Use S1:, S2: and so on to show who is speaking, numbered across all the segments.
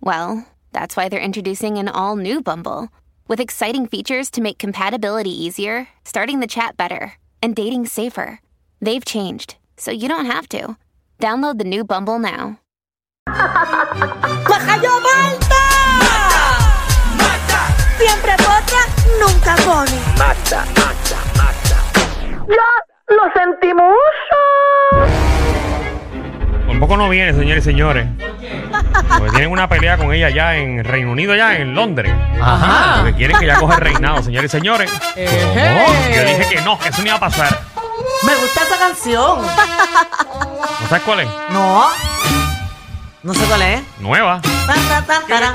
S1: well, that's why they're introducing an all new Bumble with exciting features to make compatibility easier, starting the chat better, and dating safer. They've changed, so you don't have to. Download the new Bumble now.
S2: ¡Bajayo Malta! Siempre potra, nunca pone. ¡Ya lo sentimos!
S3: Por poco no viene, señores y señores. Porque tienen una pelea con ella ya en Reino Unido, ya en Londres.
S4: Ajá.
S3: Porque quieren que ella coja el reinado, señores y señores. No, yo dije que no, que eso no iba a pasar.
S4: Me gusta esa canción.
S3: ¿No sabes cuál es?
S4: No. No sé cuál es.
S3: Nueva.
S4: Tan, tan, tan, taran.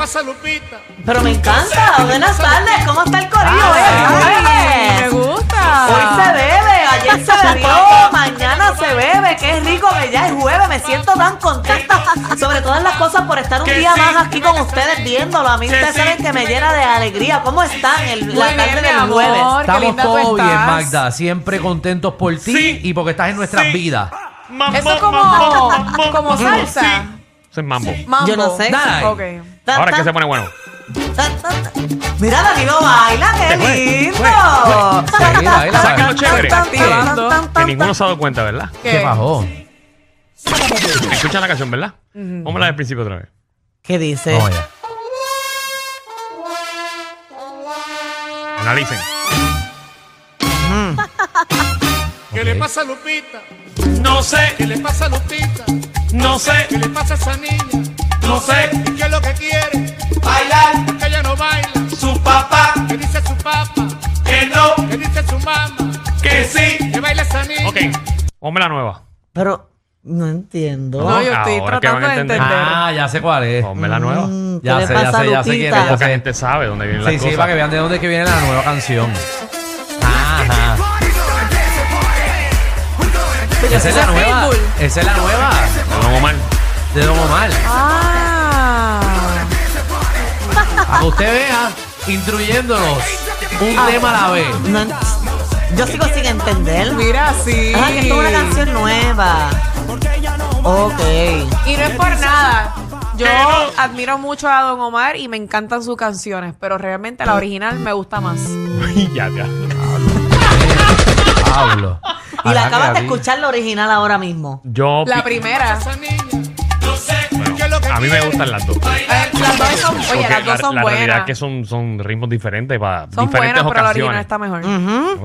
S4: Pero me encanta. Buenas tardes. ¿Cómo está el corillo? eh?
S5: Me
S4: Hoy
S3: Ah.
S5: gusta.
S4: se bebe, ayer se bebió, mañana se bebe. Qué rico que ya es jueves. Me siento tan contenta sobre todas las cosas por estar un
S3: Que
S4: día
S3: sí.
S4: más aquí con ustedes viéndolo. A mí
S3: Que
S4: ustedes
S3: sí.
S4: saben que me llena de alegría. ¿Cómo están el, la
S5: Muy bien,
S4: tarde
S5: mi
S4: del
S5: amor.
S4: jueves?
S5: Qué
S6: Estamos
S5: linda tú
S6: todos bien,
S5: estás.
S6: Magda. Siempre contentos por ti
S3: Sí.
S6: y porque estás en nuestras
S3: Sí.
S6: vidas.
S3: Mambo,
S5: Eso es como-
S3: mambo, mambo,
S5: como
S3: mambo,
S5: salsa.
S3: sí. Eso es mambo.
S5: Mambo.
S4: Yo no sé.
S6: Dale.
S5: Ok.
S4: Tan,
S3: Ahora es que
S4: tan,
S3: se pone bueno.
S4: tan, tan, tan. Mira, Danilo baila, qué
S3: Te fue,
S4: lindo.
S3: fue,
S6: Sí, baila,
S3: Saca
S6: baila.
S3: lo chévere.
S5: Activando.
S3: Que ninguno se ha dado cuenta, ¿verdad?
S5: ¿Qué?
S6: ¿Qué bajó?
S3: Escuchan la canción, ¿verdad? Vamos a la del principio otra vez.
S4: ¿Qué dice?
S3: eh.
S6: Vamos allá.
S3: Analicen.
S7: ¿Qué le pasa a Lupita?
S3: No sé,
S7: ¿Qué le pasa a Lupita?
S3: no sé,
S7: ¿Qué le pasa a esa niña?
S3: no sé.
S7: ¿Y qué es lo que quiere?
S3: Bailar
S7: Que ella no baila.
S3: su papá,
S7: ¿Qué dice su papá?
S3: que no,
S7: ¿Qué dice su mamá?
S3: que sí.
S7: ¿Qué baila esa niña?
S3: Ok, ponme la nueva.
S4: Pero no entiendo.
S3: eh.
S5: No, yo estoy
S3: Ahora que
S5: tratando
S3: van a
S5: de
S3: entender.
S5: entender.
S6: Ah, ya sé cuál es.
S3: Ponme la nueva.
S4: Mm, ¿Qué
S6: Ya
S4: le
S6: sé,
S4: pasa
S6: ya
S4: a
S6: sé, ya sé quién es,
S4: Lupita?
S6: ya
S3: Poca
S6: sé.
S3: gente sabe dónde vienen las
S6: Sí, sí,
S3: cosas.
S6: para que vean de dónde es que viene la nueva canción. Ajá.
S4: Pues
S6: Esa es
S5: Ese
S6: la
S5: es
S6: nueva.
S5: Pitbull.
S6: Esa es la nueva
S3: No, Omar.
S6: de Don Omar.
S5: Ah.
S6: A que usted vea, instruyéndonos un
S4: Ah.
S6: tema a la vez.
S4: No en- yo sigo sin entender.
S5: Mira, sí.
S4: Ah, que esto es una canción nueva. Ok.
S5: Y no es por nada. Yo admiro mucho a Don Omar y me encantan sus canciones, pero realmente la original me gusta más.
S3: Y ya, ya.
S6: Pablo.
S4: Y la acabas de
S6: Arranca,
S4: escuchar la original ahora mismo.
S3: Yo.
S5: La
S3: pi-
S5: primera.
S7: Esa niña.
S3: bueno,
S7: ¿Qué es lo que
S3: a mí me
S7: quiere?
S3: gustan las dos.
S5: Eh, Las dos son, oye,
S3: Porque
S5: las dos
S3: la,
S5: son
S3: la realidad es
S5: buenas.
S3: que son, son ritmos diferentes para
S5: Son
S3: diferentes
S5: buenas, pero la original
S3: ocasiones.
S5: está mejor.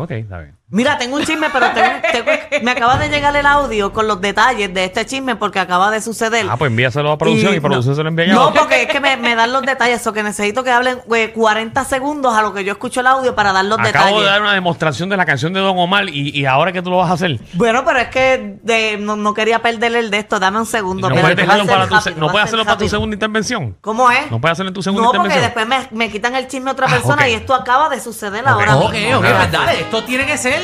S3: Ok, está bien.
S4: Mira, tengo un chisme, pero tengo- tengo- me acaba de llegar el audio con los detalles de este chisme porque acaba de suceder.
S3: Ah, pues envíaselo a producción y,
S4: no-
S3: producción se lo envía ya.
S4: No, porque es que me, me dan los detalles, o que necesito que hablen eh, 40 segundos a lo que yo escucho el audio para dar los
S3: Acabo
S4: detalles.
S3: de dar una demostración de la canción de Don Omar y, y ahora que tú lo vas a hacer.
S4: Bueno, pero es que de- no, no quería perder el de esto. Dame un segundo.
S3: No
S4: espérate,
S3: puedes, dejarlo
S4: va a
S3: para
S4: ser
S3: tu, se-
S4: rápido, va a
S3: no puedes
S4: ser
S3: hacerlo para tu
S4: rápido.
S3: segunda intervención.
S4: ¿Cómo es?
S3: No puedes hacerlo en tu segunda
S4: No, porque
S3: intervención.
S4: después me, me quitan el chisme a otra
S3: Ah,
S4: persona
S3: ok.
S4: y esto acaba de suceder ahora
S6: Ok,
S4: mismo.
S6: ok, pues dale, esto tiene que ser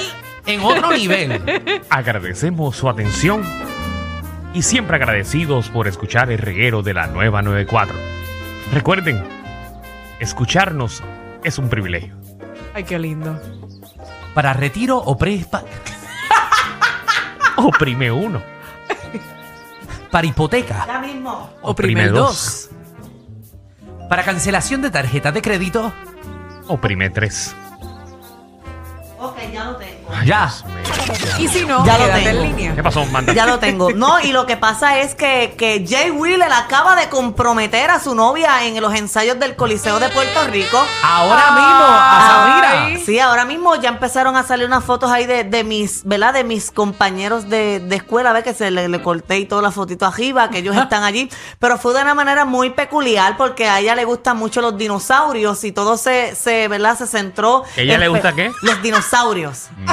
S6: en otro nivel.
S3: Agradecemos su atención y siempre agradecidos por escuchar el reguero de la nueva 94. Recuerden, escucharnos es un privilegio.
S5: Ay, qué lindo.
S6: Para retiro o pre pa-
S3: Oprime uno.
S6: para hipoteca
S4: Ya mismo.
S6: Oprime dos. Para cancelación de tarjeta de crédito.
S3: Oprime tres.
S4: Ok, ya lo tengo.
S6: Ya.
S5: Y si no,
S4: Ya lo
S5: quédate
S4: tengo.
S5: en línea.
S3: ¿Qué pasó, Manda?
S4: Ya lo tengo. No, y lo que pasa es que, que Jay Wheeler acaba de comprometer a su novia en los ensayos del Coliseo de Puerto Rico.
S6: Ahora mismo a Samira.
S4: Sí, ahora mismo ya empezaron a salir unas fotos ahí de, de mis, ¿verdad? De mis compañeros de, de escuela, ¿ves? Que se le, le corté y todas las fotitos arriba, que ellos están allí. Pero fue de una manera muy peculiar porque a ella le gustan mucho los dinosaurios y todo se, se ¿verdad? Se centró.
S3: ¿Ella
S4: en
S3: le
S4: pe-
S3: gusta qué?
S4: Los dinosaurios.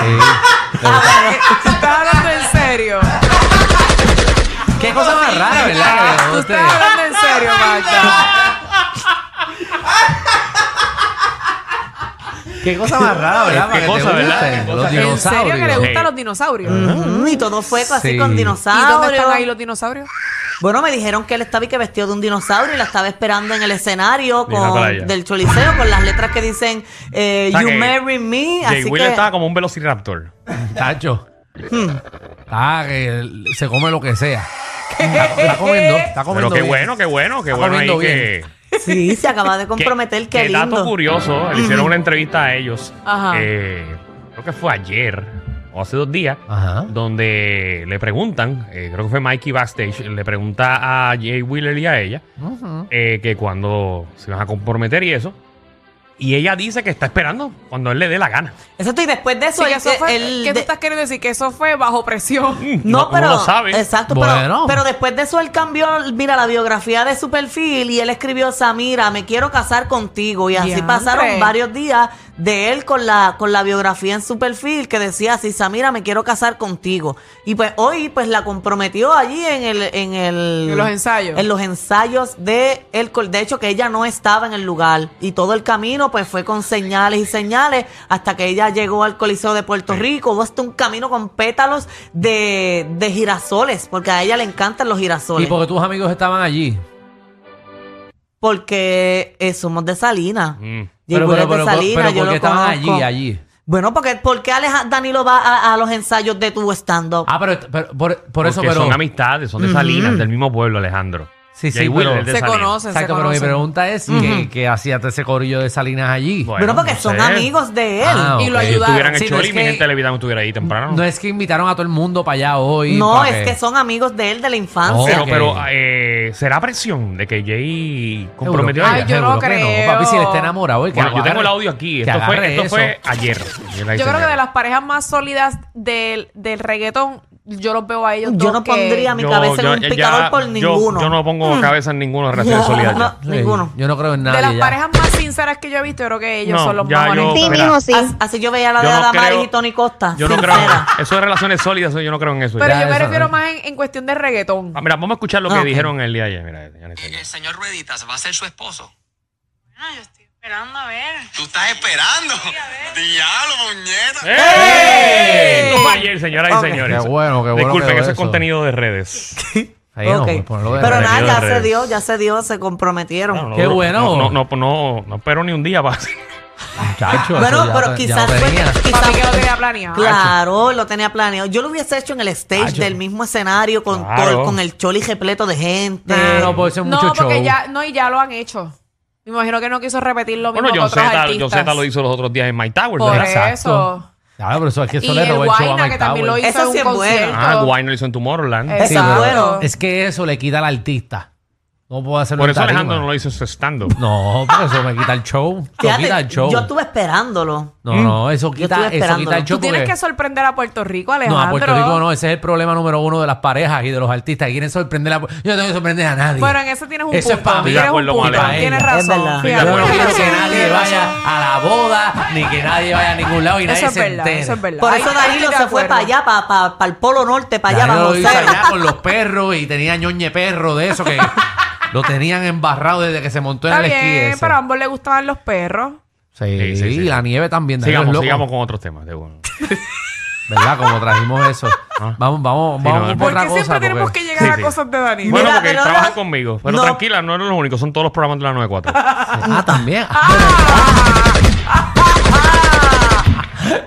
S5: ¿Tú estás hablando en serio?
S6: Qué cosa más rara, ¿verdad? Que me
S5: Tú
S6: guste.
S5: estás hablando en serio, Magda.
S6: Qué cosa más rara, ¿verdad?
S3: Eh, Qué
S6: Para que te
S3: cosa, ¿verdad?
S6: gusten
S3: Qué
S6: Los
S3: cosa.
S5: ¿En serio que le
S6: dinosaurios.
S5: gustan
S3: Hey.
S5: los dinosaurios?
S3: Mm.
S4: Ujú, Y todo fue así
S6: Sí.
S4: con
S5: ¿Y
S4: dinosaurios.
S5: dónde están ahí los dinosaurios?
S4: Bueno, me dijeron que él estaba y que vestido de un dinosaurio y la estaba esperando en el escenario
S3: Mira
S4: con-
S3: para allá.
S4: del Choliseo con las letras que dicen eh,
S3: O sea
S4: You
S3: que
S4: Marry Me.
S3: Jay
S4: Así
S3: Wheeler
S4: que
S3: estaba como un velociraptor.
S6: Tacho. Ah, que él se come lo que sea. Está, está comiendo, está
S3: Pero
S6: comiendo
S3: qué
S6: bien.
S3: bueno, qué bueno, qué
S6: Está
S3: bueno ahí
S6: comiendo
S3: que...
S4: sí, se acaba de comprometer.
S3: que
S4: Qué
S3: dato
S4: lindo.
S3: curioso, le hicieron una entrevista a ellos.
S5: Ajá.
S3: eh, creo que fue ayer o hace dos días.
S6: Ajá.
S3: Donde le preguntan, eh, creo que fue Mikey backstage, le pregunta a Jay Wheeler y a ella eh, que cuando se van a comprometer y eso. Y ella dice que está esperando cuando él le dé la gana.
S4: Eso estoy después de eso.
S5: Sí,
S4: él-
S5: eso fue-
S4: él-
S5: ¿Qué tú
S4: de-
S5: estás queriendo decir? Que eso fue bajo presión.
S3: No,
S4: No,
S3: uno
S4: pero.
S3: lo sabe.
S4: Exacto,
S6: Bueno.
S4: pero, pero después de eso él cambió, mira, la biografía de su perfil y él escribió Samira, me quiero casar contigo. Y así
S5: Diantre.
S4: pasaron varios días de él con la, con la biografía en su perfil que decía así, Samira, me quiero casar contigo. Y pues hoy pues la comprometió allí en el, en el
S5: En los ensayos.
S4: En los ensayos de el col- de hecho que ella no estaba en el lugar. Y todo el camino pues fue con señales y señales hasta que ella llegó al Coliseo de Puerto
S3: Sí.
S4: Rico. Rico, hubo hasta un camino con pétalos de, de girasoles, porque a ella le encantan los
S6: Y
S4: girasoles.
S6: porque tus amigos estaban allí.
S4: Porque eh, somos de Salinas.
S3: Mm.
S4: Y Willy pues, es de Salinas, yo
S6: porque
S4: lo
S6: estaban
S4: conozco.
S6: allí, allí.
S4: Bueno, porque, porque Aleja- Danilo va a, a los ensayos de tu stand-up.
S6: Ah, pero, pero por, por eso,
S3: Porque
S6: pero.
S3: son amistades, son de Salinas, del mismo pueblo, Alejandro.
S6: Sí, sí,
S3: Jay Wheeler
S6: pero-
S3: es de
S5: Se
S3: Salinas.
S5: conocen, se
S6: Exacto, pero mi
S5: conocen.
S6: pregunta es: ¿qué, qué hacías de ese corillo de Salinas allí?
S3: Bueno,
S4: bueno, porque
S3: no
S4: son
S3: sé.
S4: amigos de él.
S6: Ah,
S5: Y lo
S6: ok.
S3: Si estuvieran
S5: ayudaron.
S3: en
S6: Sí, no
S3: Choli,
S6: es
S3: mi
S6: que-
S3: gente Levita no estuviera ahí temprano.
S6: No es que invitaron a todo el mundo para allá hoy.
S4: no,
S6: para
S4: es que son amigos de él de la
S6: Oh,
S4: infancia.
S3: Pero,
S6: Ok.
S3: pero eh, ¿será presión de que Jay comprometió a
S5: Ay,
S3: ella?
S5: yo no
S6: Seguro que
S5: creo.
S6: Papi, si él está enamorado, él que
S3: Bueno, yo
S6: agarre-
S3: tengo el audio aquí.
S6: que
S3: Esto, fue,
S6: agarre
S3: esto
S6: eso.
S3: fue ayer. Yo la
S5: Yo
S3: hice
S5: creo que
S3: ayer.
S5: de las parejas más sólidas del, del reggaetón, yo los veo a ellos
S4: Yo
S5: dos
S4: no
S5: que-
S4: pondría mi cabeza en un
S3: ya-
S4: picador por
S3: yo-
S4: ninguno. Mm.
S3: Yo, no pongo cabeza en ninguno de relaciones solidarias.
S4: no,
S6: Sí,
S4: ninguno.
S6: Yo no creo en nadie.
S5: De las
S6: ya.
S5: parejas más sinceras que yo he visto, yo creo que ellos
S3: No,
S5: son los
S3: ya
S5: más
S3: yo-
S5: honestos.
S3: Sí,
S2: Sí,
S3: Mira,
S2: mismo sí.
S4: As- Así yo veía la de
S3: Yo no
S4: Adamaris
S3: creo-
S4: y Tony Costa.
S3: Yo no creo.
S4: sincera.
S3: Eso de relaciones sólidas, eso yo no creo en eso.
S5: Pero
S6: Ya,
S5: yo me
S6: eso,
S5: refiero
S6: eh.
S5: más en, en cuestión de reggaetón.
S3: Ah, mira, vamos a escuchar lo que
S4: Ah, ok.
S3: dijeron el día de ayer. Mira, ya ni sé.
S8: el señor Rueditas va a ser su esposo.
S9: Bueno, Ah, yo estoy esperando a ver.
S8: Tú estás esperando. Diablo, muñeca.
S3: ¡Ey! Esto fue ayer, señoras
S4: Ok.
S3: y señores.
S6: Qué bueno, qué bueno
S3: Disculpen,
S6: que
S3: eso es
S6: eso.
S3: contenido de redes.
S6: Ahí no,
S4: Ok.
S6: pues, ponlo de
S4: Pero
S6: verdad.
S4: nada, ya
S3: Contenido de
S4: se
S3: redes.
S4: dio, ya se dio, se comprometieron.
S3: No, no,
S6: Qué
S3: no,
S6: bueno.
S3: No, no, no, no, no espero ni un día para
S6: Muchacho,
S4: Bueno,
S6: eso ya-
S4: pero
S6: ya
S4: quizás
S6: lo
S4: fue,
S6: tenía.
S4: quizás
S5: Papi, que lo
S4: fue-
S5: tenía planeado.
S4: Claro, lo tenía planeado. Yo lo hubiese hecho en el stage
S6: Cacho.
S4: del mismo escenario con
S3: Claro.
S4: todo el- con el choli repleto de gente.
S6: No, pues, no, puede ser
S5: No,
S6: mucho
S5: porque
S6: show.
S5: ya, no, y ya lo han hecho. Me imagino que no quiso repetir lo mismo
S3: Bueno,
S5: que
S3: John
S5: otros
S3: Z, John
S5: artistas.
S3: Zeta lo hizo los otros días en My Tower.
S5: Por
S3: ¿verdad?
S6: Exacto.
S5: eso.
S6: Claro, pero eso es que eso
S5: Y
S6: le
S5: el
S6: robó el show a
S5: Guayna,
S6: Mike
S5: que también lo
S6: Tower.
S5: hizo
S4: Eso
S5: en un
S4: sí es bueno.
S5: concierto.
S3: Ah, Guayno lo hizo en Tomorrowland.
S4: Eso es
S5: Exacto.
S4: bueno.
S6: Es que eso le quita al artista. No puedo hacerlo
S3: Por
S6: en
S3: eso
S6: tarima.
S3: Alejandro no lo hizo en su stand-up.
S6: No, pero eso me quita el show. Eso
S4: Fíjate,
S6: quita el show.
S4: yo estuve esperándolo.
S6: No,
S5: Mm,
S6: no, eso
S4: estuve
S6: quita, eso
S4: esperándolo.
S6: quita el show.
S5: Tú tienes
S6: porque-
S5: que sorprender a Puerto Rico,
S6: No,
S5: Alejandro.
S6: a Puerto Rico no. Ese es el problema número uno de las parejas y de los artistas. que Quieren sorprender a... Yo no tengo que sorprender a nadie.
S5: Bueno, en eso tienes un
S6: Eso es
S5: punto.
S6: para mí.
S3: Estoy de
S5: Tienes un
S3: acuerdo con
S5: punto.
S3: Alejandro.
S5: Tienes
S4: Es verdad.
S5: razón.
S4: Estoy
S3: de
S6: Yo no
S3: acuerdo.
S6: quiero que nadie
S5: Tienes
S6: vaya
S5: razón.
S6: a la boda ni que nadie vaya a ningún lado y nadie
S5: Eso es
S6: se
S5: verdad,
S6: entere.
S5: eso es verdad.
S4: Por
S5: Ahí-
S4: eso
S5: ahí estoy
S4: Danilo
S5: de
S4: se fue
S5: acuerdo.
S4: para allá, para, para, el Polo Norte, para allá,
S6: Danilo
S4: para
S6: lo hizo allá
S4: José.
S6: con los perros y tenía ñoñe perro de eso que lo tenían embarrado desde que se montó en
S5: Está
S6: el esquí.
S5: bien,
S6: ese.
S5: pero a ambos les gustaban los perros.
S6: Sí,
S3: Sí, sí, sí.
S6: la nieve también. Danilo es
S3: Sigamos,
S6: loco.
S3: sigamos con otros temas. de bueno.
S6: ¿Verdad? Como trajimos eso.
S3: Ah.
S6: Vamos, vamos,
S3: Sí, no,
S6: vamos
S3: es
S6: por
S5: Porque
S6: otra
S5: siempre
S6: cosa.
S5: tenemos
S6: porque-
S5: que llegar
S3: Sí,
S5: a
S3: sí.
S5: cosas de Danilo.
S3: Bueno,
S4: Mira,
S3: porque
S4: pero
S3: trabajan
S4: no-
S3: conmigo. Pero
S4: no.
S3: tranquila, no eres los únicos, son todos los programas de la 94.
S6: Ah, también.
S5: Ah.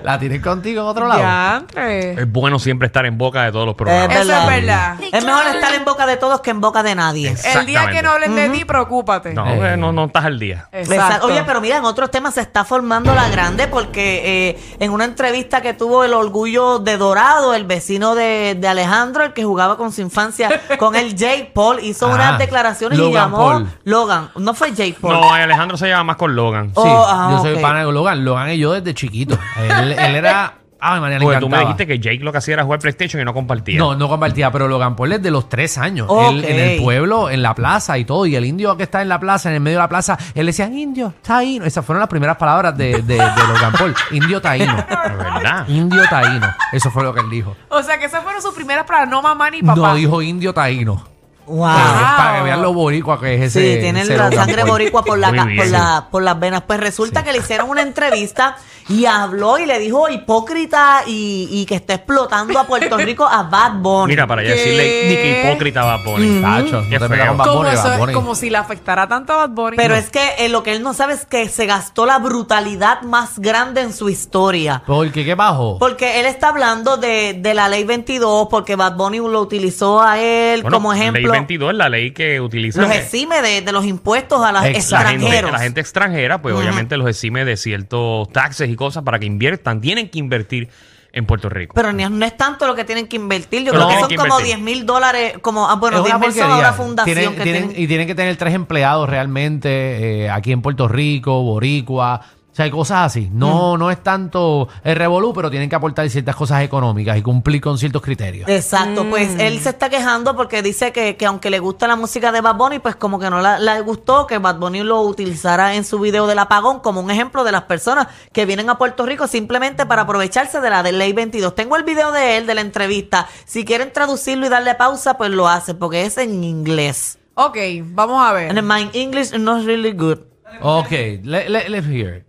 S6: la tiré contigo en otro lado.
S5: Ya, Andrés.
S3: es bueno siempre estar en boca de todos los programas.
S5: Eh, Eso es verdad.
S4: Es mejor estar en boca de todos que en boca de nadie.
S5: El día que no
S3: Exactamente.
S5: hablen de ti, preocúpate.
S3: No, eh, no, no estás al día.
S4: Exacto. Oye, pero mira, en otros temas se está formando la grande porque eh, en una entrevista que tuvo el orgullo de Dorado, el vecino de, de Alejandro, el que jugaba con su infancia, con el Jake Paul, hizo
S6: Ah,
S4: unas declaraciones y
S6: Logan
S4: llamó
S6: Paul.
S4: Logan. No fue Jake Paul.
S3: No, eh, Alejandro se lleva más con Logan.
S6: Sí,
S4: Oh, ah,
S6: yo soy
S4: ok.
S6: pana de Logan. Logan y yo desde chiquito. Él, él era. Ay, María, le
S3: Porque tú me
S6: encantaba.
S3: dijiste que Jake lo que hacía era jugar PlayStation y no compartía.
S6: No, no compartía, pero Logan Paul desde los tres años. Él,
S4: Ok.
S6: en el pueblo, en la plaza y todo. Y el indio que está en la plaza, en el medio de la plaza, él decía, indio, taíno. Esas fueron las primeras palabras de, de- de Logan Paul. Indio taíno.
S3: Es verdad.
S6: Indio taíno. Eso fue lo que él dijo.
S5: O sea, que esas fueron sus primeras para no mamá ni papá.
S6: No dijo indio taíno.
S4: Wow.
S6: Para, para que vean lo boricua que es
S4: Sí,
S6: ese.
S4: tienen
S6: ese
S4: la
S6: Ah, Logan
S4: sangre
S6: Paul.
S4: boricua por, la,
S3: Muy
S4: ca-
S3: bien.
S4: por, la- por las venas. Pues resulta que le hicieron una entrevista y habló y le dijo hipócrita y, y que está explotando a Puerto Rico a Bad Bunny.
S3: Mira, para allá
S5: ¿Qué?
S3: decirle ni que hipócrita va a
S4: Mm.
S3: poner.
S6: Tacho,
S3: Qué
S6: no te
S3: feo.
S6: metas con Bad
S5: Como,
S6: Bunny,
S5: eso-
S6: Bad Bunny.
S5: como si le afectara tanto a Bad Bunny.
S4: Pero es que eh, lo que él no sabe es que se gastó la brutalidad más grande en su historia.
S6: Porque qué bajo.
S4: Porque él está hablando de, de la ley 22, porque Bad Bunny lo utilizó a él
S3: Bueno,
S4: como
S3: Ley
S4: ejemplo.
S3: 22 es la ley que utilizan.
S4: Los exime de, de los impuestos a los
S6: Ex-
S3: la gente,
S4: extranjeros.
S3: la gente extranjera, pues
S4: Ujú.
S3: obviamente los exime de ciertos taxes y cosas para que inviertan. Tienen que invertir en Puerto Rico.
S4: Pero ni- no es tanto lo que tienen que invertir. Yo creo que
S3: No, tienen
S4: son
S3: que
S4: como
S3: invertir.
S4: 10 mil dólares. Como, ah, bueno,
S6: Es
S4: 10
S6: una
S4: mil son ahora
S6: porquería.
S4: fundación
S6: Tienen-
S4: que
S6: tienen-
S4: tienen.
S6: Y tienen que tener tres empleados realmente eh, aquí en Puerto Rico, Boricua. O sea, hay cosas así.
S4: Mm.
S6: No, no es tanto el revolú, pero tienen que aportar ciertas cosas económicas y cumplir con ciertos criterios.
S4: Exacto, pues él se está quejando porque dice que, que aunque le gusta la música de Bad Bunny, pues como que no la- le gustó que Bad Bunny lo utilizara en su video del apagón como un ejemplo de las personas que vienen a Puerto Rico simplemente para aprovecharse de la de Ley 22. Tengo el video de él, de la entrevista. Si quieren traducirlo y darle pausa, pues lo hacen porque es en inglés.
S5: Ok, vamos a ver.
S4: And my English is not really good.
S6: Ok, le- le- let's hear it.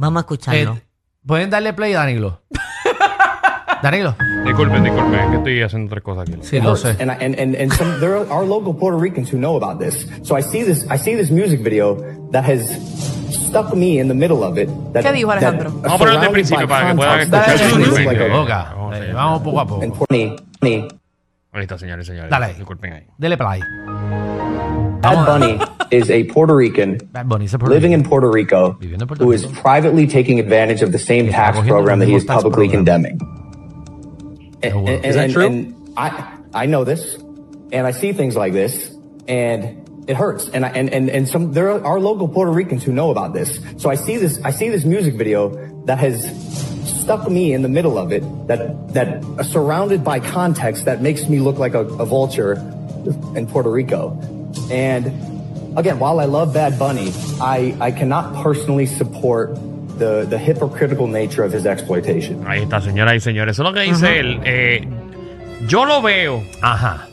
S4: Vamos a escucharlo.
S6: Eh, ¿Pueden darle play a Danilo? Danilo.
S3: Disculpen, disculpen, que estoy haciendo tres cosas aquí.
S6: Sí, lo sé.
S8: And, I- and, and, and some, there are local Puerto Ricans who know about this. So I see this, I see this music video that has stuck me in the middle of it. That,
S5: ¿Qué dijo
S8: that-
S5: Alejandro?
S3: Vamos a ponerlo desde el
S8: surrounded
S3: principio
S8: by
S3: para que puedan
S8: context
S3: escuchar.
S8: that
S6: Dale,
S8: just
S6: dale,
S8: looks
S6: dale,
S8: like
S6: dale,
S8: a-
S6: boca.
S3: Vamos
S6: Eh,
S3: allá.
S6: Vamos poco a poco.
S8: And Tony, Tony,
S3: Ahí está, señores, señores.
S6: Dale.
S3: Disculpen ahí.
S6: Dele play.
S8: Bad Bunny is a Puerto Rican
S6: Bad Bunny, ese
S8: living in
S6: problema.
S8: Puerto Rico
S6: Viviendo en Puerto
S8: who is
S6: Rico.
S8: privately taking advantage of the same
S6: Que está
S8: tax
S6: cogiendo
S8: program
S6: los
S8: that he is
S6: mismos tax
S8: publicly
S6: programs.
S8: condemning. And,
S6: Oh, wow.
S8: and-
S6: Is that
S8: and-
S6: true?
S8: and I I know this, and I see things like this, and it hurts. And I, and and and some there are local Puerto Ricans who know about this. So I see this I see this music video that has stuck me in the middle of it. That that uh, surrounded by context that makes me look like a, a vulture in Puerto Rico, and. Again, while I love Bad Bunny, I, I cannot personally support the, the hypocritical nature of his exploitation.
S3: Ahí está, señoras y señores. Eso es lo que dice él. Eh, yo lo veo
S6: Ajá.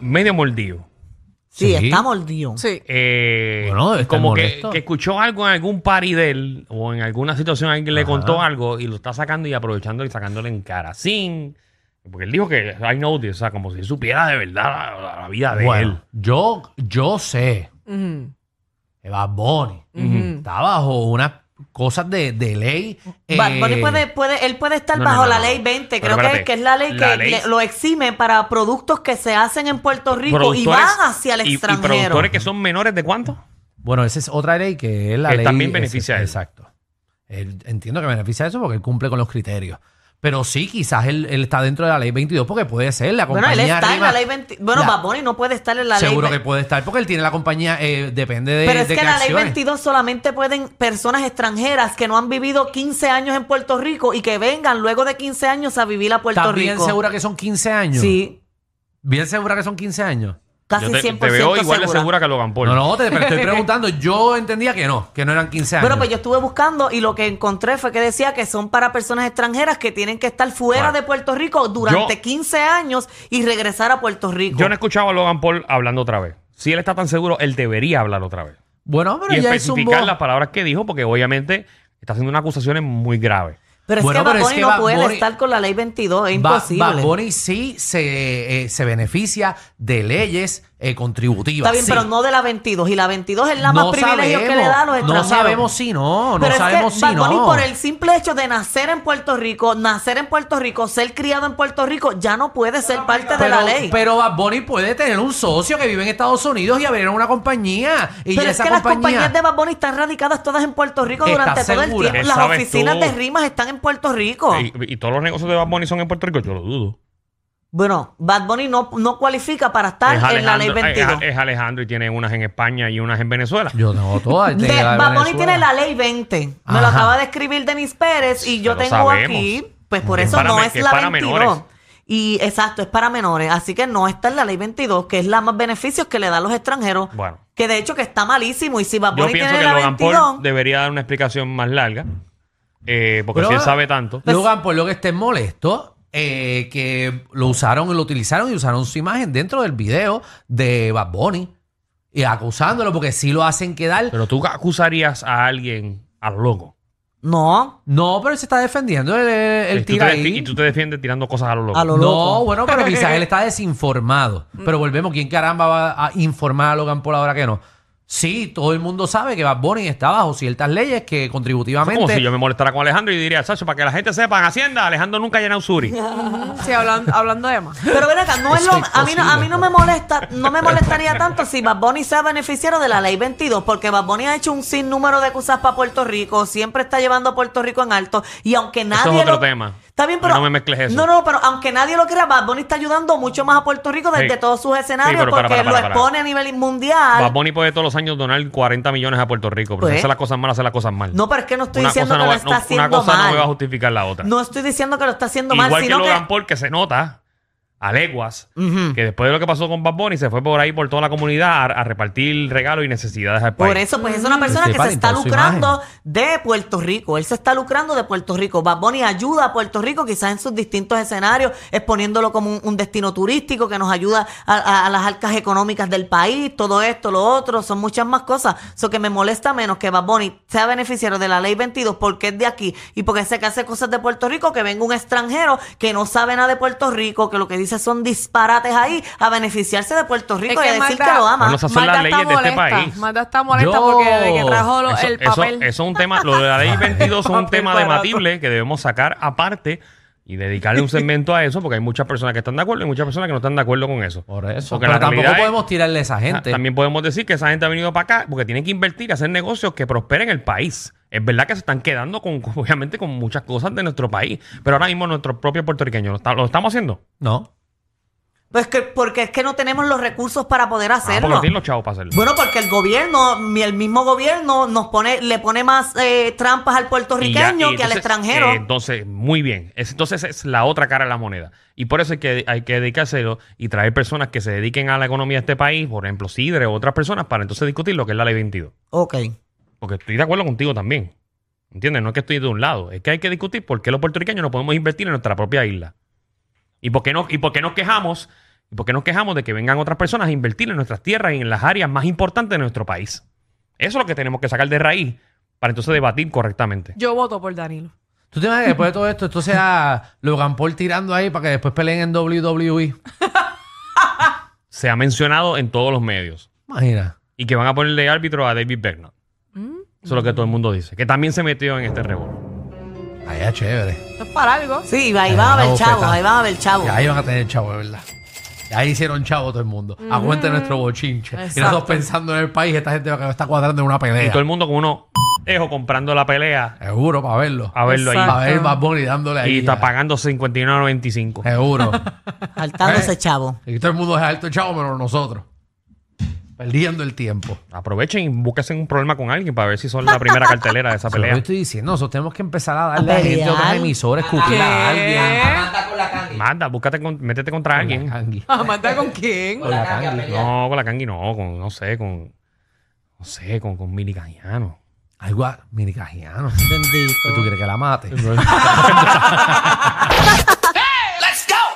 S3: medio mordido.
S4: sí,
S6: sí.
S4: está mordido.
S5: Sí.
S3: Eh,
S6: Bueno, debe estar
S3: como que,
S6: molesto.
S3: que escuchó algo en algún party de él o en alguna situación alguien le contó algo y lo está sacando y aprovechando y sacándole en cara. Sin. Porque él dijo que I know this, o sea, como si supiera de verdad la, la- la vida de él.
S6: Bueno, yo, yo sé
S5: Ujú.
S6: que Bad Bunny
S4: Mm.
S6: está bajo unas cosas de, de ley.
S4: Bad
S6: eh,
S4: Bunny puede, puede, él puede estar
S3: No, no,
S4: bajo
S3: no,
S4: la
S3: no.
S4: ley 20,
S3: Pero
S4: creo que,
S3: espérate,
S4: que es la ley
S3: la
S4: que
S3: ley-
S4: le- lo exime para productos que se hacen en Puerto Rico y
S3: Productores
S4: van hacia el
S3: y- Y,
S4: extranjero.
S3: productores que son menores de cuánto?
S6: Bueno, esa es otra ley que es la
S3: Que
S6: ley.
S3: también beneficia a
S6: es-
S3: él.
S6: Exacto. Él- entiendo que beneficia a eso porque él cumple con los criterios. Pero sí, quizás él, él está dentro de la ley 22 porque puede ser la
S4: bueno,
S6: compañía.
S4: él está en
S6: arriba-
S4: la ley 20. Bueno,
S6: La-
S4: Bad Bunny no puede estar en la
S6: Seguro
S4: ley
S6: que puede estar porque él tiene la compañía, eh, depende de.
S4: Pero es
S6: de
S4: que
S6: qué
S4: la ley
S6: acciones.
S4: 22 solamente pueden personas extranjeras que no han vivido 15 años en Puerto Rico y que vengan luego de 15 años a vivir a Puerto
S6: ¿Estás bien
S4: Rico.
S6: segura que son 15 años?
S4: Sí,
S6: ¿Bien segura que son 15 años?
S4: casi
S3: Yo te,
S4: 100%
S3: te veo igual de
S4: segura.
S3: segura que Logan Paul.
S6: No, no, te, pero estoy preguntando. Yo entendía que no, que no eran 15 años.
S4: Bueno, pues yo estuve buscando y lo que encontré fue que decía que son para personas extranjeras que tienen que estar fuera
S3: Bueno.
S4: de Puerto Rico durante
S3: Yo-
S4: 15 años y regresar a Puerto Rico.
S3: Yo no he escuchado a Logan Paul hablando otra vez. Si él está tan seguro, él debería hablar otra vez.
S6: Bueno, pero
S3: y
S6: ya es un
S3: especificar las palabras que dijo, porque obviamente está haciendo unas acusaciones muy graves.
S4: Pero es
S6: Bueno,
S4: que Bad
S6: pero es
S4: Bunny
S6: que
S4: no
S6: Bad
S4: puede
S6: Bunny-
S4: estar con la ley 22, es
S6: Ba-
S4: imposible.
S6: Bad Bunny sí se, eh, se beneficia de leyes eh, contributivas.
S4: Está bien,
S6: sí.
S4: pero no de la 22. Y la 22 es la
S6: No
S4: más privilegio que le da a los
S6: No
S4: extranjeros.
S6: sabemos si no, no
S4: Pero es
S6: sabemos
S4: que Bad
S6: si no.
S4: Bunny, por el simple hecho de nacer en Puerto Rico, nacer en Puerto Rico, ser criado en Puerto Rico, ya no puede ser parte de
S6: pero,
S4: la ley.
S6: pero Bad Bunny puede tener un socio que vive en Estados Unidos y abrir una compañía. Y
S4: Pero
S6: ya
S4: es
S6: esa
S4: que las
S6: compañía.
S4: compañías de Bad Bunny están radicadas todas en Puerto Rico
S6: ¿Estás
S4: durante todo el
S6: segura?
S4: tiempo. Las
S3: ¿Sabes
S4: oficinas
S3: tú?
S4: de rimas están en Puerto Rico.
S3: Y, y todos los negocios de Bad Bunny son en Puerto Rico, yo lo dudo.
S4: Bueno, Bad Bunny no, no cualifica para estar
S3: Es
S4: en la ley
S3: Alejandro, es,
S4: 22.
S3: es Alejandro y tiene unas en España y unas en Venezuela.
S6: Yo tengo todas.
S4: De-
S6: de la
S4: Bad
S6: de
S4: Bunny
S6: Venezuela.
S4: tiene la ley 20. Me lo
S6: Ajá.
S4: acaba de escribir Denis Pérez y yo
S3: Pero
S4: tengo
S3: sabemos.
S4: aquí, pues por
S3: Que es
S4: eso
S3: para
S4: no
S3: me-
S4: es
S3: que es
S4: la
S3: para
S4: 22.
S3: menores.
S4: Y exacto, es para menores. Así que no está en la ley 22, que es la más beneficios que le da a los extranjeros.
S3: Bueno.
S4: Que de hecho que está malísimo. Y si Bad
S3: Yo
S4: Bunny
S3: pienso
S4: tiene
S3: que
S4: la
S3: Logan
S4: 22...
S3: Paul debería dar una explicación más larga, eh, porque
S6: Pero-
S3: si él sabe tanto.
S4: pues
S6: Lugan, por lo que estés molesto, eh, que lo usaron, lo utilizaron y usaron su imagen dentro del video de Bad Bunny. Y acusándolo porque sí lo hacen quedar.
S3: Pero tú acusarías a alguien a lo loco.
S4: No,
S6: no, pero él se está defendiendo. Él, él
S3: Y tú
S6: tira
S3: te
S6: ahí.
S3: defi- Y tú te defiendes tirando cosas a lo loco.
S4: A lo-
S6: no,
S4: loco. Mm.
S6: bueno, pero quizás él está desinformado. Pero volvemos, ¿quién caramba va a informar a Logan Paul ahora que no? Sí, todo el mundo sabe que Bad Bunny está bajo ciertas leyes que
S3: Eso es
S6: contributivamente...
S3: como si yo me molestara con Alejandro y diría, Sacho, para que la gente sepa, en Hacienda, Alejandro nunca ha llenado Suri.
S5: Sí, hablando, hablando de más.
S4: pero ven acá, no es lo,
S6: Eso es
S4: a, mí no, a mí no
S6: imposible.
S4: me molesta, no me molestaría tanto si Bad Bunny sea beneficiario de la ley 22, porque Bad Bunny ha hecho un sinnúmero de cosas para Puerto Rico, siempre está llevando a Puerto Rico en alto, y aunque nadie
S3: otro
S4: lo-
S3: tema.
S4: Está bien,
S3: A mí
S4: pero
S3: no me mezcles eso.
S4: No, no, pero aunque nadie lo crea, Bad Bunny está ayudando mucho más a Puerto Rico desde
S3: Sí.
S4: todos sus escenarios,
S3: Sí, pero para,
S4: porque
S3: para, para,
S4: lo expone a nivel mundial.
S3: Bad Bunny puede todos los años donar 40 millones a Puerto Rico, pero
S4: Pues.
S3: si hace las cosas mal, hace las cosas mal.
S4: No, pero es que no estoy
S3: Una
S4: diciendo
S3: cosa
S4: que
S3: no
S4: lo
S3: va-
S4: está
S3: no- Una
S4: haciendo
S3: cosa no me va a
S4: mal.
S3: justificar la otra.
S4: No estoy diciendo que lo está haciendo
S3: Igual
S4: mal,
S3: que
S4: sino
S3: Logan
S4: que...
S3: Paul, que se nota a leguas, que después de lo que pasó con Bad Bunny, se fue por ahí, por toda la comunidad, a, a repartir regalos y necesidades al país.
S4: Por eso, pues es una persona
S6: Que
S4: que,
S6: sepan
S4: se está
S6: entonces su
S4: lucrando de Puerto Rico. Él se está lucrando de Puerto Rico. Bad Bunny ayuda a Puerto Rico, quizás en sus distintos escenarios, exponiéndolo como un, un destino turístico que nos ayuda a, a- a las arcas económicas del país, todo esto, lo otro, son muchas más cosas. Eso que me molesta menos que Bad Bunny sea beneficiario de la ley 22 porque es de aquí y porque sé que hace cosas de Puerto Rico, que venga un extranjero que no sabe nada de Puerto Rico, que lo que dice son disparates ahí, a beneficiarse de Puerto Rico y a decir
S5: Magda-
S4: que lo ama.
S3: Bueno, esas son
S5: Magda
S3: las
S5: está
S3: leyes de este
S5: molesta.
S3: país.
S5: Magda está molesta
S6: Yo-
S5: porque desde que trajo lo-
S3: Eso,
S5: el
S3: eso-
S5: papel.
S3: eso es un tema, lo de la ley 22 es un
S5: Papel
S3: tema
S5: barato.
S3: debatible que debemos sacar aparte y dedicarle un segmento a eso, porque hay muchas personas que están de acuerdo y muchas personas que no están de acuerdo con eso.
S6: Por eso.
S3: Porque
S6: Pero
S3: la
S6: tampoco
S3: realidad es-
S6: podemos tirarle a esa gente.
S3: Ah, También podemos decir que esa gente ha venido para acá porque tienen que invertir, hacer negocios que prosperen el país. Es verdad que se están quedando con, con- obviamente, con muchas cosas de nuestro país, pero ahora mismo nuestros propios puertorriqueños lo, está- lo estamos haciendo.
S6: No.
S4: Pues que, porque es que no tenemos los recursos para poder
S3: Ah, porque
S4: hacerlo.
S3: no tienen los chavos para hacerlo.
S4: bueno, porque el gobierno, mi- el mismo gobierno, nos pone, le pone más eh, trampas al
S3: Y ya-
S4: puertorriqueño
S3: y
S4: que al
S3: entonces,
S4: extranjero.
S3: eh, entonces, muy bien. Es- entonces es la otra cara de la moneda. Y por eso hay que, hay que dedicárselo y traer personas que se dediquen a la economía de este país, por ejemplo, Sidre o otras personas, para entonces discutir lo que es la ley 22.
S4: ok.
S3: Porque estoy de acuerdo contigo también. ¿Entiendes? No es que estoy de un lado. Es que hay que discutir por qué los puertorriqueños no podemos invertir en nuestra propia isla. ¿Y por qué, no, y por qué nos quejamos? ¿Y por qué nos quejamos de que vengan otras personas a invertir en nuestras tierras y en las áreas más importantes de nuestro país? Eso es lo que tenemos que sacar de raíz para entonces debatir correctamente.
S5: Yo voto por Danilo.
S6: ¿Tú te imaginas que después de todo esto, esto sea Logan Paul tirando ahí para que después peleen en E? WWE?
S3: Se ha mencionado en todos los medios.
S6: Imagina.
S3: Y que van a ponerle árbitro a David Becknott. Eso es lo que todo el mundo dice. Que también se metió en este revuelo.
S6: Ahí es chévere.
S5: Esto es para algo.
S4: Sí, ahí
S6: Eh,
S4: van a
S3: Ah,
S6: una
S4: ver chavos,
S6: bofetada.
S4: ahí van a ver
S6: Y
S4: chavos.
S6: ahí van a tener chavo, de verdad. Y ahí hicieron chavo todo el mundo. Aguante nuestro bochinche. Y nosotros
S5: Exacto.
S6: pensando en el país, esta gente va a estar cuadrando en una
S3: Y
S6: pelea.
S3: todo el mundo con uno ejo comprando la pelea
S6: Seguro, para verlo.
S3: a verlo ahí.
S5: Exacto.
S6: Para ver Bad Bunny dándole ahí.
S3: Y está
S6: ya.
S3: pagando 59.95.
S6: Seguro.
S4: Saltándose
S6: Eh.
S4: chavo.
S6: y todo el mundo es alto chavo, menos nosotros. Perdiendo el tiempo.
S3: Aprovechen y búsquense un problema con alguien para ver si son la primera cartelera de esa
S6: Eso es lo que
S3: pelea.
S6: estoy diciendo, nosotros tenemos que empezar a darle a,
S4: A
S6: la gente de otras
S4: pelear.
S6: emisoras, escupir a alguien.
S3: Manda, búscate con- métete contra alguien.
S6: Cangui.
S5: ¿Amanda con quién?
S6: Con la cangui.
S3: No, con la Kangi no, con, no sé, con. No sé, con, con Mini Cangiano.
S6: Algo a- mini cajiano.
S4: Bendito.
S6: ¿Tú quieres que la mate?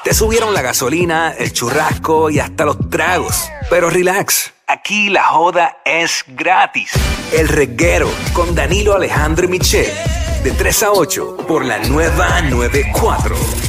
S10: Te subieron la gasolina, el churrasco y hasta los tragos. Pero relax, aquí la joda es gratis. El reguero con Danilo Alejandro y Michel. De 3 a 8 por la nueva 94.